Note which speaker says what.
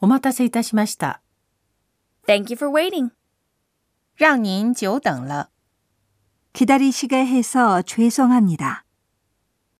Speaker 1: お待たせいたしました。
Speaker 2: Thank you for waiting. 让您久等了。
Speaker 3: 기다리시게 해서 죄송합니다.